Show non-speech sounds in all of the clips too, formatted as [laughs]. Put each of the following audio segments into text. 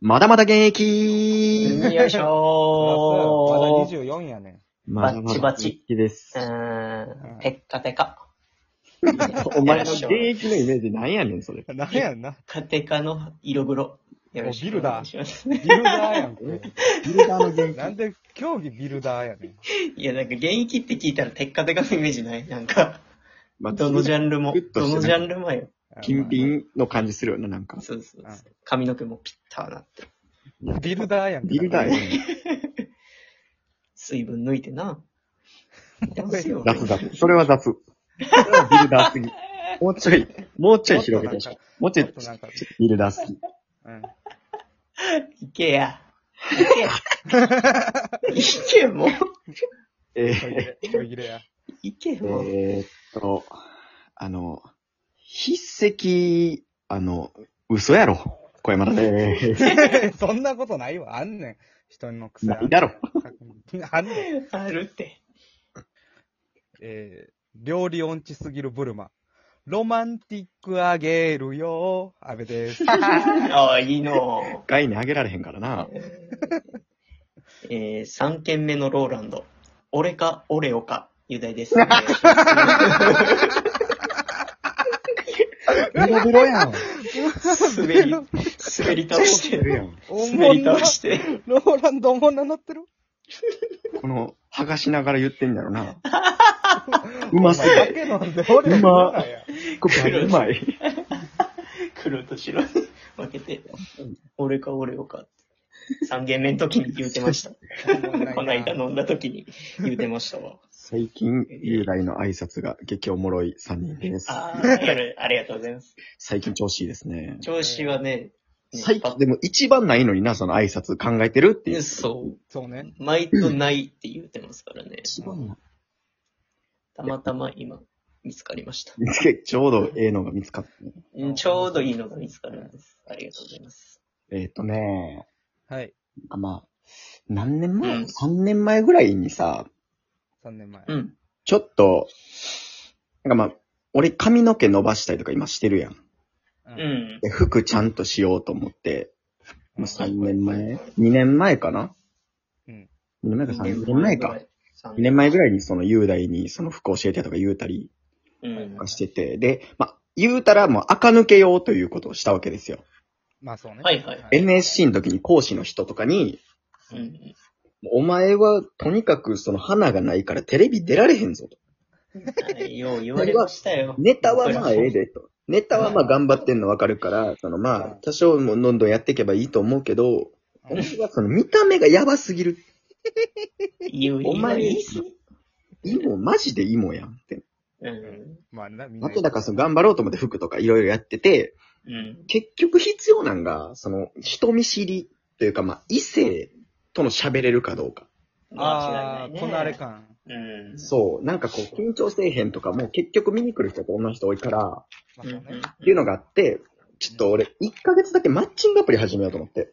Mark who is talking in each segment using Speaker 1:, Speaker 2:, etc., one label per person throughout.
Speaker 1: まだまだ現役
Speaker 2: よいし
Speaker 3: プラ
Speaker 2: ょ
Speaker 3: ス、まだ24やね
Speaker 1: まだまだ
Speaker 2: バチバチ
Speaker 1: 現役です
Speaker 2: ー。う。ーん、ペッカペカ。
Speaker 1: お前の現役のイメージなんやねん、それ。
Speaker 3: ん。なんやんな。
Speaker 2: カテカの色黒。よろしく
Speaker 3: おビルダー
Speaker 2: お願いします
Speaker 3: ビルダーやん、これ。
Speaker 1: ビルダーの現
Speaker 3: なんで競技ビルダーやねん。
Speaker 2: [laughs] いや、なんか現役って聞いたらテッカテカのイメージないなんか、
Speaker 1: まあ、
Speaker 2: どのジャンルも
Speaker 1: グッ、と
Speaker 2: ど
Speaker 1: してな
Speaker 2: の
Speaker 1: い
Speaker 2: ジャンルもよ。
Speaker 1: ピンピ
Speaker 3: ン。
Speaker 1: ンの感じするよな、なんか。
Speaker 2: そうそうそう
Speaker 3: うん
Speaker 2: 髪の毛もピッターなって。
Speaker 3: ビルダーやん。
Speaker 1: ビルダーやね
Speaker 2: 水分抜いてな。ますよ
Speaker 1: [laughs] ん。雑雑。それは雑。それはビルダーすぎ。もうちょい、もうちょい広げてほしい。もうちょ
Speaker 3: ちょっ
Speaker 1: い
Speaker 3: と、なんか、
Speaker 1: ビルダー好き。
Speaker 3: うん。
Speaker 2: いけや。
Speaker 1: [laughs]
Speaker 2: いけ。いけもう。
Speaker 1: え
Speaker 3: トイレ、トイレや。 [laughs]
Speaker 2: いけ
Speaker 1: ー、
Speaker 2: もう。
Speaker 1: えーっと、あの、筆跡、あの、嘘やろ。小山田で。
Speaker 3: そんなことないわ。あんねん。人の癖。
Speaker 1: ないだろ。
Speaker 3: あんねん。
Speaker 2: あるって。
Speaker 3: えー、料理音痴すぎるブルマ。ロマンティックあげるよ。安倍です。
Speaker 2: ああ、いいのう。
Speaker 1: 外にあげられへんからな。
Speaker 2: えー、3件目のローランド。俺か、オレオか、雄大です。
Speaker 3: [laughs]
Speaker 1: ベロベロや
Speaker 3: [laughs]
Speaker 1: ん。
Speaker 2: 滑り、滑り倒して
Speaker 1: ベロ
Speaker 2: る。
Speaker 1: やん。
Speaker 3: お
Speaker 2: 滑
Speaker 3: もん
Speaker 2: り
Speaker 3: な
Speaker 2: 倒。して。
Speaker 3: ローランドおもんななってる
Speaker 1: この、剥がしながら言ってんだろう [laughs] な。うますぎ
Speaker 3: お前酒飲んで俺
Speaker 1: うま
Speaker 3: ローランや
Speaker 1: これうまい。
Speaker 2: 黒と白に分けて。俺か、オレオか。3件目の時に言うてました。
Speaker 3: おもんないな
Speaker 2: この間飲んだ時に言うてましたわ。
Speaker 1: 最近、雄大の挨拶が激おもろい3人です。
Speaker 2: ああ、やるありがとうございます。
Speaker 1: 最近調子いいですね。
Speaker 2: 調子はね、
Speaker 1: 最近、でも一番ないのにな、その挨拶考えてるっていう。
Speaker 2: そ
Speaker 3: そうね。
Speaker 2: う。毎度ないって言うてますからね。
Speaker 1: 一番な
Speaker 2: たまたま今、見つかりました。
Speaker 1: い。 [laughs] ちょうどええのが見つかったね。
Speaker 2: うんちょうどいいのが見つかるんです。ありがとうございます。
Speaker 1: えっ、とね、
Speaker 3: はい。
Speaker 1: あまあ、何年前、
Speaker 2: うん
Speaker 1: ?3 年前ぐらいにさ、
Speaker 3: 3年前。
Speaker 2: うん。
Speaker 1: ちょっと、なんかまあ、俺髪の毛伸ばしたりとか今してるやん。
Speaker 3: う
Speaker 2: う。ん。
Speaker 1: で服ちゃんとしようと思って、
Speaker 3: うん
Speaker 1: 3年前 ?2 年前かな
Speaker 3: うん。
Speaker 1: 2年前か3年前か。。
Speaker 2: 3
Speaker 1: 2年前ぐらいにその雄大にその服教えてとか言うたり
Speaker 2: うん
Speaker 1: とか。してて、で、まあ、言うたらもう垢抜けようということをしたわけですよ。
Speaker 3: まあそうね。
Speaker 2: はいはい
Speaker 1: NSC の時に講師の人とかに、
Speaker 2: うん。
Speaker 1: お前はとにかくその花がないからテレビ出られへんぞと。
Speaker 2: はいよう言われましたよ。
Speaker 1: ネタはまあええでと。ネタはまあ頑張ってんのわかるから、そのまあ多少もどんどんやっていけばいいと思うけど、お前はその見た目がやばすぎる。
Speaker 2: 言う、
Speaker 1: お前
Speaker 2: 言い過ぎ
Speaker 1: イモ、マジでイモやんって。
Speaker 2: うん。
Speaker 3: まあな、みんな
Speaker 1: あとだからその頑張ろうと思って服とかいろいろやってて、
Speaker 2: うん。
Speaker 1: 結局必要なんが、その、人見知りというか、まあ、異性との喋れるかどうか。
Speaker 2: 間
Speaker 3: あ
Speaker 2: 違い
Speaker 3: あ、
Speaker 2: ないね
Speaker 3: このあれ。感。
Speaker 2: うん。
Speaker 1: そう、なんかこう、緊張せえへんとかも、結局見に来る人と同じ人多いから、
Speaker 3: まあ
Speaker 2: うん
Speaker 3: そううね
Speaker 2: ん。
Speaker 1: っていうのがあって、ちょっと俺、1ヶ月だけマッチングアプリ始めようと思って。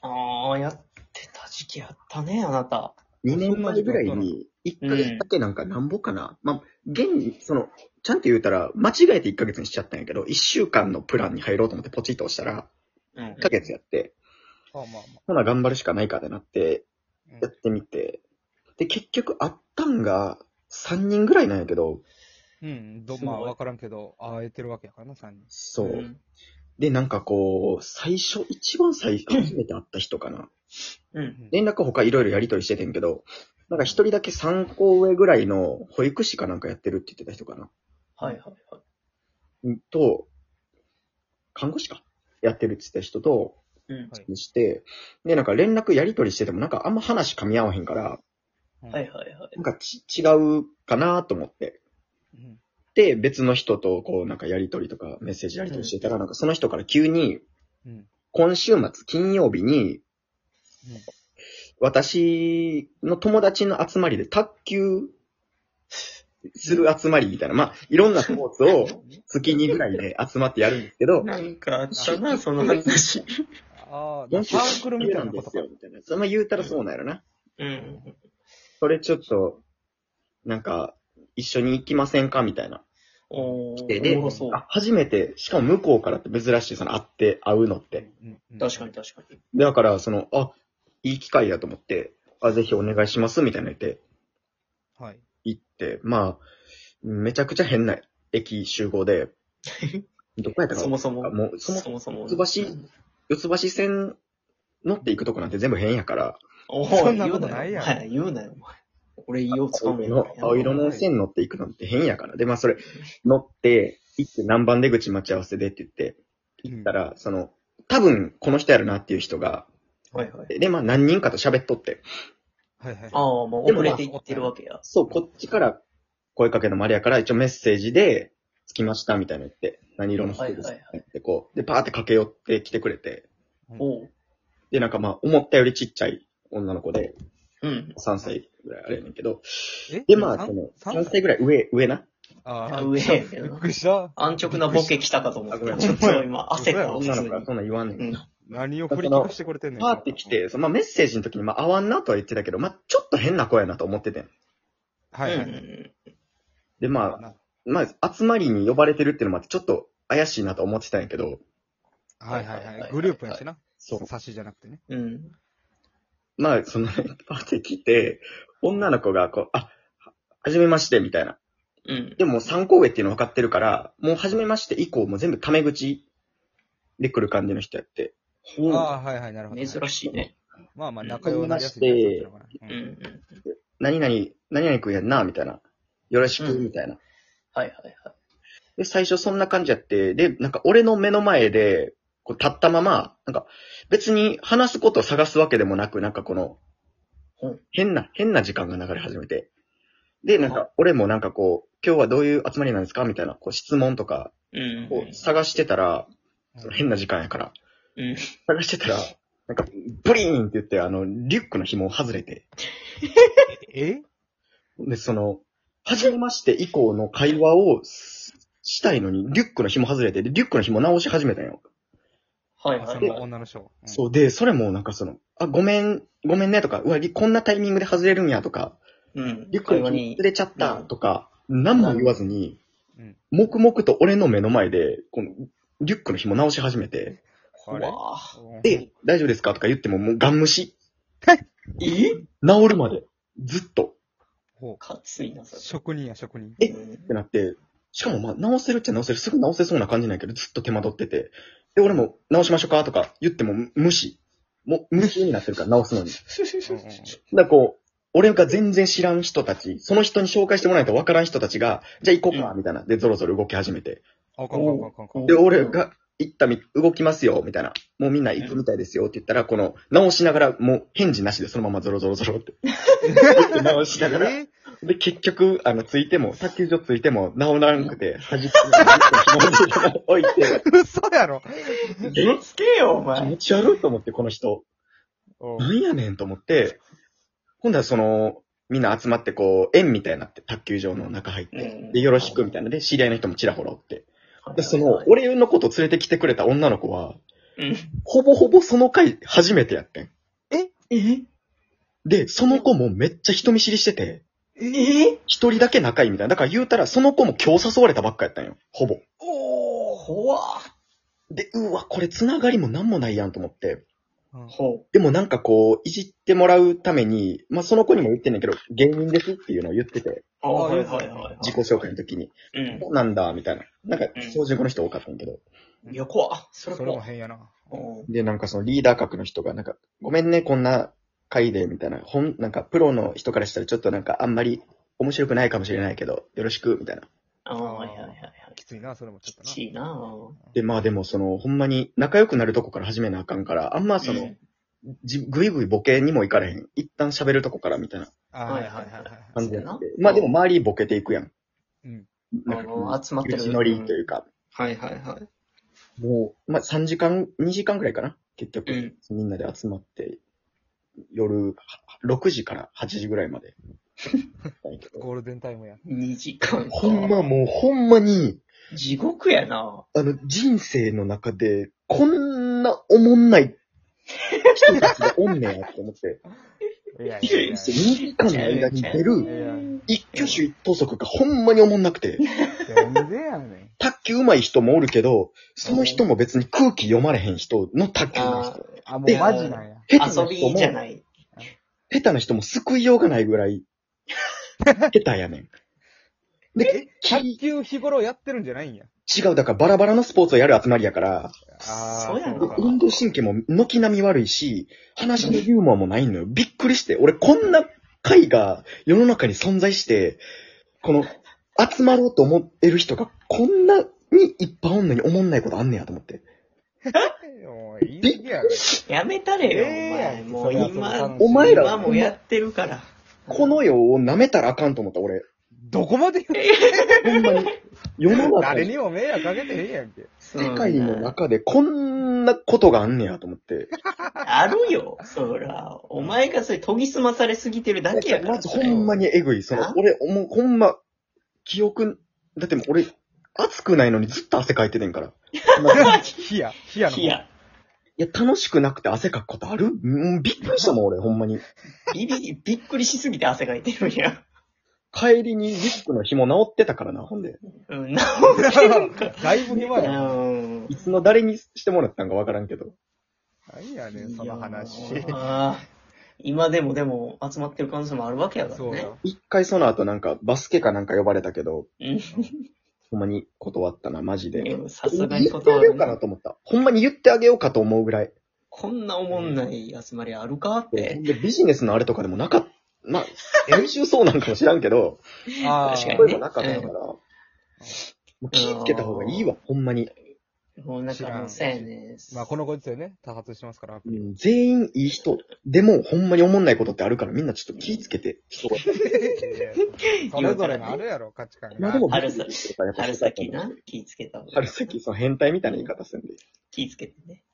Speaker 2: ああ、やってた時期あったね、あなた。
Speaker 1: 2年前ぐらいに、1ヶ月だけなんかなんぼかな。まあ、現に、その、ちゃんと言うたら、間違えて1ヶ月にしちゃったんやけど、1週間のプランに入ろうと思ってポチッと押したら、
Speaker 2: うん
Speaker 1: 1ヶ月やって、
Speaker 3: まあまあ
Speaker 1: ほな頑張るしかないかってなって、
Speaker 3: まあ
Speaker 1: やってみて。で、結局、あったんが、3人ぐらいなんやけど、
Speaker 3: うん。うん、ど
Speaker 2: すご
Speaker 3: ま
Speaker 2: い
Speaker 3: あわからんけど、ああ、えてるわけやからな、3人。
Speaker 1: そう。で、なんかこう、最初、一番最初、初めて会った人かな。 [laughs]
Speaker 2: うん。
Speaker 1: 連絡他いろいろやりとりしててんけど、なんか一人だけ3校上ぐらいの保育士かなんかやってるって言ってた人かな。
Speaker 2: はいはいはい。
Speaker 1: うんと、看護師かやってるって言ってた人と、
Speaker 2: うん。
Speaker 3: はい
Speaker 1: して、で、なんか連絡やりとりしてても、なんかあんま話噛み合わへんから、
Speaker 3: うん
Speaker 2: はいはいはい。
Speaker 1: なんかち違うかなと思って。
Speaker 3: うん
Speaker 1: で、別の人と、こう、なんかやりとりとか、メッセージやりとりしてたら、なんかその人から急に、
Speaker 3: うん。
Speaker 1: 今週末金曜日に、私の友達の集まりで卓球する集まりみたいな、まあ、いろんなスポーツ
Speaker 3: [laughs]
Speaker 1: を月2ぐらいで集まってやるんですけど、
Speaker 2: なんかあった
Speaker 3: [laughs]
Speaker 2: な、その話。
Speaker 3: ああ、だからサークルみたいなことか。
Speaker 1: みたいな。その言うたらそうなんやろな。
Speaker 2: うん。
Speaker 1: それちょっと、なんか、一緒に行きませんかみたいな。
Speaker 2: お
Speaker 1: 来
Speaker 2: ー
Speaker 1: て、
Speaker 2: お
Speaker 1: で
Speaker 2: もろそう、。
Speaker 1: あ初めて、しかも向こうからって珍しい、その会って、会うのって。
Speaker 2: 確か
Speaker 3: に。
Speaker 2: に確かに。
Speaker 1: だから、その、あ、いい機会やと思って、あ、ぜひお願いします、みたいなの言って、
Speaker 3: はい。
Speaker 1: 行って、まあ、めちゃくちゃ変な駅集合
Speaker 2: [laughs]
Speaker 1: で、どこやったか
Speaker 2: そもそも、
Speaker 1: もう、そ
Speaker 2: そ
Speaker 1: も
Speaker 2: も
Speaker 1: そ
Speaker 2: そ
Speaker 1: も、
Speaker 2: もそも。
Speaker 1: 四つ四つ橋線乗って行くとこなんて全部変やから、
Speaker 2: おい
Speaker 3: そんなことないやん
Speaker 2: はい、言うなよ、お前。俺、家をつかむやん
Speaker 1: の青色の線乗って行くなんて変やから。で、まあそれ、乗って、行って何番出口待ち合わせでって言って、行ったら、その、多分この人やるなっていう人が、
Speaker 2: はいはい。
Speaker 1: で、まあ何人かと喋っとって、
Speaker 3: はいは
Speaker 2: あ
Speaker 3: い。
Speaker 2: あ、もう遅れていってるわけや。
Speaker 1: そう、こっちから声かけのもあれやから、一応メッセージで、着きましたみたいなの言って、何色の服です
Speaker 2: はいはい
Speaker 1: ってこう、で、パーって駆け寄ってきてくれて、
Speaker 2: おう。
Speaker 1: で、なんかまあ、思ったよりちっちゃい女の子で、
Speaker 2: うん。
Speaker 1: 3歳ぐらいあれやねんけど、
Speaker 3: え
Speaker 1: で、まあ、
Speaker 3: 三
Speaker 1: その、
Speaker 3: 三
Speaker 1: 3歳ぐらい上、上な。
Speaker 3: あ
Speaker 2: あ
Speaker 3: あ、
Speaker 2: 上やけ
Speaker 3: びっ
Speaker 2: ど。
Speaker 3: くりした。
Speaker 2: 安直なボケ来たかと思っ
Speaker 1: あごめ
Speaker 2: た。
Speaker 1: ん
Speaker 2: ちょっと今、汗が
Speaker 1: 女の子はそんなん言わんねん
Speaker 2: う
Speaker 1: けど
Speaker 2: ん。
Speaker 3: 何を振り切らしてくれてんねん。
Speaker 1: パーって来。て、そのまあ、メッセージの時に、まあ、合わんなとは言ってたけど、まあ、ちょっと変な子やなと思っててん。
Speaker 3: はいはい。
Speaker 1: で、まあ、まあ、集まりに呼ばれてるっていうのもあって、ちょっと怪しいなと思ってたんやけど、
Speaker 3: はいはいはい。グループやしな。
Speaker 1: そう。
Speaker 3: 差しじゃなくてね。
Speaker 2: うん。うん。
Speaker 1: まあ、その、 [laughs] パーって来て、女の子が、こう、あ、はじめまして、みたいな。
Speaker 2: うん。
Speaker 1: でも、参考上っていうの分かってるから、もう、はじめまして以降、もう全部タメ口で来る感じの人やって。
Speaker 2: ほう
Speaker 3: ああ、はいはい、なるほど。
Speaker 2: 珍しいね。
Speaker 3: まあまあ、
Speaker 2: うん
Speaker 3: 仲良くなりやすい感じだったのか
Speaker 2: う
Speaker 3: な。
Speaker 2: ん
Speaker 3: う
Speaker 2: うんん。
Speaker 1: 何々、何々くんやんな、みたいな。よろしく、
Speaker 2: うん
Speaker 1: みたいな。
Speaker 2: はいはいはい。
Speaker 1: で、最初そんな感じやって、で、なんか俺の目の前で、こう立ったまま、なんか別に話すことを探すわけでもなく、なんかこの
Speaker 2: うん、
Speaker 1: 変な、変な時間が流れ始めて。で、なん
Speaker 2: は
Speaker 1: か俺もなんかこう、今日はどういう集まりなんですかみたいな、こう質問とか、
Speaker 2: うん。
Speaker 1: こう探してたら、その変な時間やから、
Speaker 2: うん。
Speaker 1: 探してたら、なんか、ブリーンって言って、あの、リュックの紐を外れて、
Speaker 3: え
Speaker 1: で、その、初めまして以降の会話をしたいのに、リュックの紐外れて、で、リュックの紐直し始めたんよ。
Speaker 2: はい
Speaker 3: あ
Speaker 2: は
Speaker 3: そ
Speaker 2: い
Speaker 3: の
Speaker 2: はい。
Speaker 3: 女の人。うん
Speaker 1: そう、で、それもなんかその、あ、ごめん、ごめんねとか、うわ、こんなタイミングで外れるんやとか、
Speaker 2: うん
Speaker 1: リュッ。ク
Speaker 2: 会
Speaker 1: の
Speaker 2: 話
Speaker 1: に
Speaker 2: に
Speaker 1: 外。れちゃったとか、何も言わずに、
Speaker 3: うん。
Speaker 1: 黙々と俺の目の前で、この、リュックの紐直し始めて、
Speaker 3: あれ
Speaker 2: わあ。
Speaker 1: で、大丈夫ですかとか言っても、もうガン無視。
Speaker 2: え
Speaker 1: 治るまで。ずっと。
Speaker 3: ほ
Speaker 2: かついな、
Speaker 3: う
Speaker 2: それ。
Speaker 3: 職人や、職人。
Speaker 1: え
Speaker 2: うん
Speaker 1: ってなって、しかもまあ、直せるっちゃ直せる。すぐ直せそうな感じなんやけど、ずっと手間取ってて。で、俺も、直しましょうかとか言っても、無視。もう、無視になってるから、直すのに。
Speaker 3: うんうん
Speaker 1: だからこう、俺が全然知らん人たち、その人に紹介してもらえとわからん人たちが、じゃあ行こうか、みたいな。で、ぞろぞろ動き始めて。
Speaker 3: あかんかんかんかんかん。
Speaker 1: で、俺が行ったみ、動きますよ、みたいな。もうみんな行くみたいですよって言ったら、この、直しながら、もう返事なしでそのままぞろぞろぞろって。 [laughs] 直しながら。
Speaker 3: え
Speaker 1: で、結局、あの、ついても、卓球場ついても、直らなくて、端っこに置いて、
Speaker 3: 嘘やろ
Speaker 2: 気をつけよ、お
Speaker 1: 気
Speaker 2: 前。
Speaker 1: 持ち悪いと思って、この人。
Speaker 3: おう
Speaker 1: なんやねんと思って、今度はその、みんな集まってこう、円みたいになって、卓球場の中入って
Speaker 2: う、ん
Speaker 1: で、よろしくみたいな。で、知り合いの人もちらほらおって。で、その、俺のこと連れてきてくれた女の子は、
Speaker 2: うん。
Speaker 1: ほぼほぼその回初めてやってん。
Speaker 2: え
Speaker 1: で、その子もめっちゃ人見知りしてて、
Speaker 2: え
Speaker 1: 一人だけ仲いいみたいな。だから言うたら、その子も今日誘われたばっかやったんよ。ほぼ。
Speaker 2: おー、怖っ。
Speaker 1: で、うわ、これ繋がりもなんもないやんと思って。
Speaker 3: うん
Speaker 2: ほ
Speaker 1: でもなんかこう、いじってもらうために、まあ、その子にも言ってんねんけど、芸人ですっていうのを言ってて、
Speaker 2: う。あはいはいはい。
Speaker 1: 自己紹介の時に。
Speaker 2: うん。
Speaker 1: そうなんだ、みたいな。なんか
Speaker 2: うん、
Speaker 1: 標準語の人多かったんやけど。
Speaker 2: いや、怖っ。それ
Speaker 3: それも
Speaker 2: 怖っ。
Speaker 3: 変やな。
Speaker 2: うん
Speaker 1: で、なんかそのリーダー格の人が、なんか、ごめんね、こんな回で、みたいな。ほん、なんか、プロの人からしたらちょっとなんか、あんまり面白くないかもしれないけど、よろしく、みたいな。
Speaker 2: あーはいはいはいはい。
Speaker 3: きついな、それもちょっと
Speaker 2: きちいなぁ。
Speaker 1: で、まあでも、その、ほんまに仲良くなるとこから始めなあかんから、あんまその、じ、ぐいぐいボケにも行かれへん。一旦喋るとこから、みたいな
Speaker 3: な。あ
Speaker 2: は
Speaker 3: はいい
Speaker 2: は
Speaker 3: はいい
Speaker 2: は
Speaker 3: はいい。
Speaker 1: 感じで
Speaker 2: そうや
Speaker 1: まあでも、周りボケていくやん。
Speaker 3: うん。
Speaker 1: なんかこ
Speaker 2: あの
Speaker 1: う、
Speaker 2: 集まってる
Speaker 1: うちのりというか、
Speaker 2: はいはいはい。
Speaker 1: もう、まあ3時間、2時間くらいかな、結局。
Speaker 2: うん
Speaker 1: みんなで集まって、夜は6時から8時ぐらいま
Speaker 2: [laughs]
Speaker 1: で。
Speaker 3: ゴールデンタイムや。
Speaker 2: 2時間か。
Speaker 1: ほんまもうほんまに、
Speaker 2: 地獄やな
Speaker 1: あの人生の中で、
Speaker 2: [laughs]
Speaker 1: こんなおもんない人たちがおんねやと思って。
Speaker 3: いやいやいや
Speaker 1: 2時間の間に出る、一挙手一投足がほんまに思んなくて、
Speaker 3: なんでやねん。
Speaker 1: 卓球上手い人もおるけど、その人も別に空気読まれへん人の卓球の
Speaker 2: あ
Speaker 1: 人。
Speaker 3: あ、もう
Speaker 1: で
Speaker 3: マジなんや。
Speaker 1: 下手
Speaker 2: ー
Speaker 1: な
Speaker 2: 遊
Speaker 1: 人
Speaker 2: び
Speaker 1: も、
Speaker 2: じゃ
Speaker 1: 下
Speaker 2: ない。
Speaker 1: 手な人も救いようがないぐらい、下手やねん。で、
Speaker 3: 卓
Speaker 1: き
Speaker 3: 球日頃やってるんじゃないんや。
Speaker 1: 違う、だからバラバラのスポーツをやる集まりやから、
Speaker 3: あ
Speaker 2: そうやん
Speaker 3: のか。
Speaker 1: 運動神経も軒並み悪いし、話のユーモアもないのよ。びっくりして、俺こんな会が世の中に存在して、この、集まろうと思ってる人がこんなにいっぱいおんのに思んないことあんねやと思って。
Speaker 3: おい、いいやろ。
Speaker 2: やめたれよ、
Speaker 3: ええ
Speaker 2: お前。も
Speaker 3: やん
Speaker 2: う
Speaker 3: そんな
Speaker 2: 今
Speaker 3: そんな、
Speaker 1: お前ら
Speaker 2: 今もやってるから。
Speaker 1: この世を舐めたらあかんと思った、俺。
Speaker 3: どこまで言う
Speaker 1: ほんまに。世の中
Speaker 3: 誰
Speaker 1: に、
Speaker 3: にも迷惑かけてへんやんけ。
Speaker 1: 世界の中でこんなことがあんねやと思って。
Speaker 2: あるよ、そら。お前がそれ研ぎ澄まされすぎてるだけやから。
Speaker 1: まずほんま
Speaker 2: [laughs] に。
Speaker 1: にえぐい。その
Speaker 2: な、
Speaker 1: 俺、もうほんま、記憶、だってもう俺、暑くないのにずっと汗かいててんから。
Speaker 3: 火や、火やの。
Speaker 2: いや、
Speaker 1: いや、楽しくなくて汗かくことあるうんびっくりしたもん、俺、ほんまに。
Speaker 2: ビビ、びっくりしすぎて汗かいてるんや。
Speaker 1: 帰りにリップの紐治ってたからな、ほんで。
Speaker 2: うん、な
Speaker 3: [laughs] だいぶ暇
Speaker 2: お
Speaker 3: やな。
Speaker 2: うん。
Speaker 1: いつの誰にしてもらったんかわからんけど。
Speaker 3: 何やねん、その話。
Speaker 2: いやー今でもでも集まってる可能性もあるわけやから
Speaker 3: そう
Speaker 2: ね
Speaker 3: や。。
Speaker 1: 一回その後なんか、バスケかなんか呼ばれたけど、
Speaker 2: うん
Speaker 1: ほんまに断ったな、マジで。
Speaker 2: うん [laughs] さすがに
Speaker 1: 言ってあ
Speaker 2: 断
Speaker 1: げよ
Speaker 2: る
Speaker 1: う
Speaker 2: ね
Speaker 1: かなと思った。ほんまに言ってあげようかと思うぐらい。
Speaker 2: こんなおもんない集まりあるかって。
Speaker 1: で、ビジネスのあれとかでもなかった。まあ、練習そうなんかも知らんけど、
Speaker 3: あ
Speaker 2: 確か
Speaker 1: そう
Speaker 2: に
Speaker 1: いうの
Speaker 2: ね
Speaker 1: なかったから、もう気ぃつけた方がいいわ、ほんまに。
Speaker 2: もうなんかもう、
Speaker 3: 知
Speaker 2: そう
Speaker 3: らん
Speaker 2: やねん。
Speaker 3: まあ、このご時世ね、多発してま
Speaker 2: [laughs]
Speaker 3: すから。
Speaker 1: うん全員いい人。でも、ほんまに思んないことってあるから、みんなちょっと気ぃつけて。
Speaker 3: それぞれのあるやろ、価値観
Speaker 1: まあで。
Speaker 3: が
Speaker 1: も、
Speaker 2: 春先
Speaker 1: やっぱ
Speaker 2: 春先な、気ぃつけた方がいい
Speaker 1: 春先、その変態みたいな言い方するんで。
Speaker 2: 気ぃつけてね。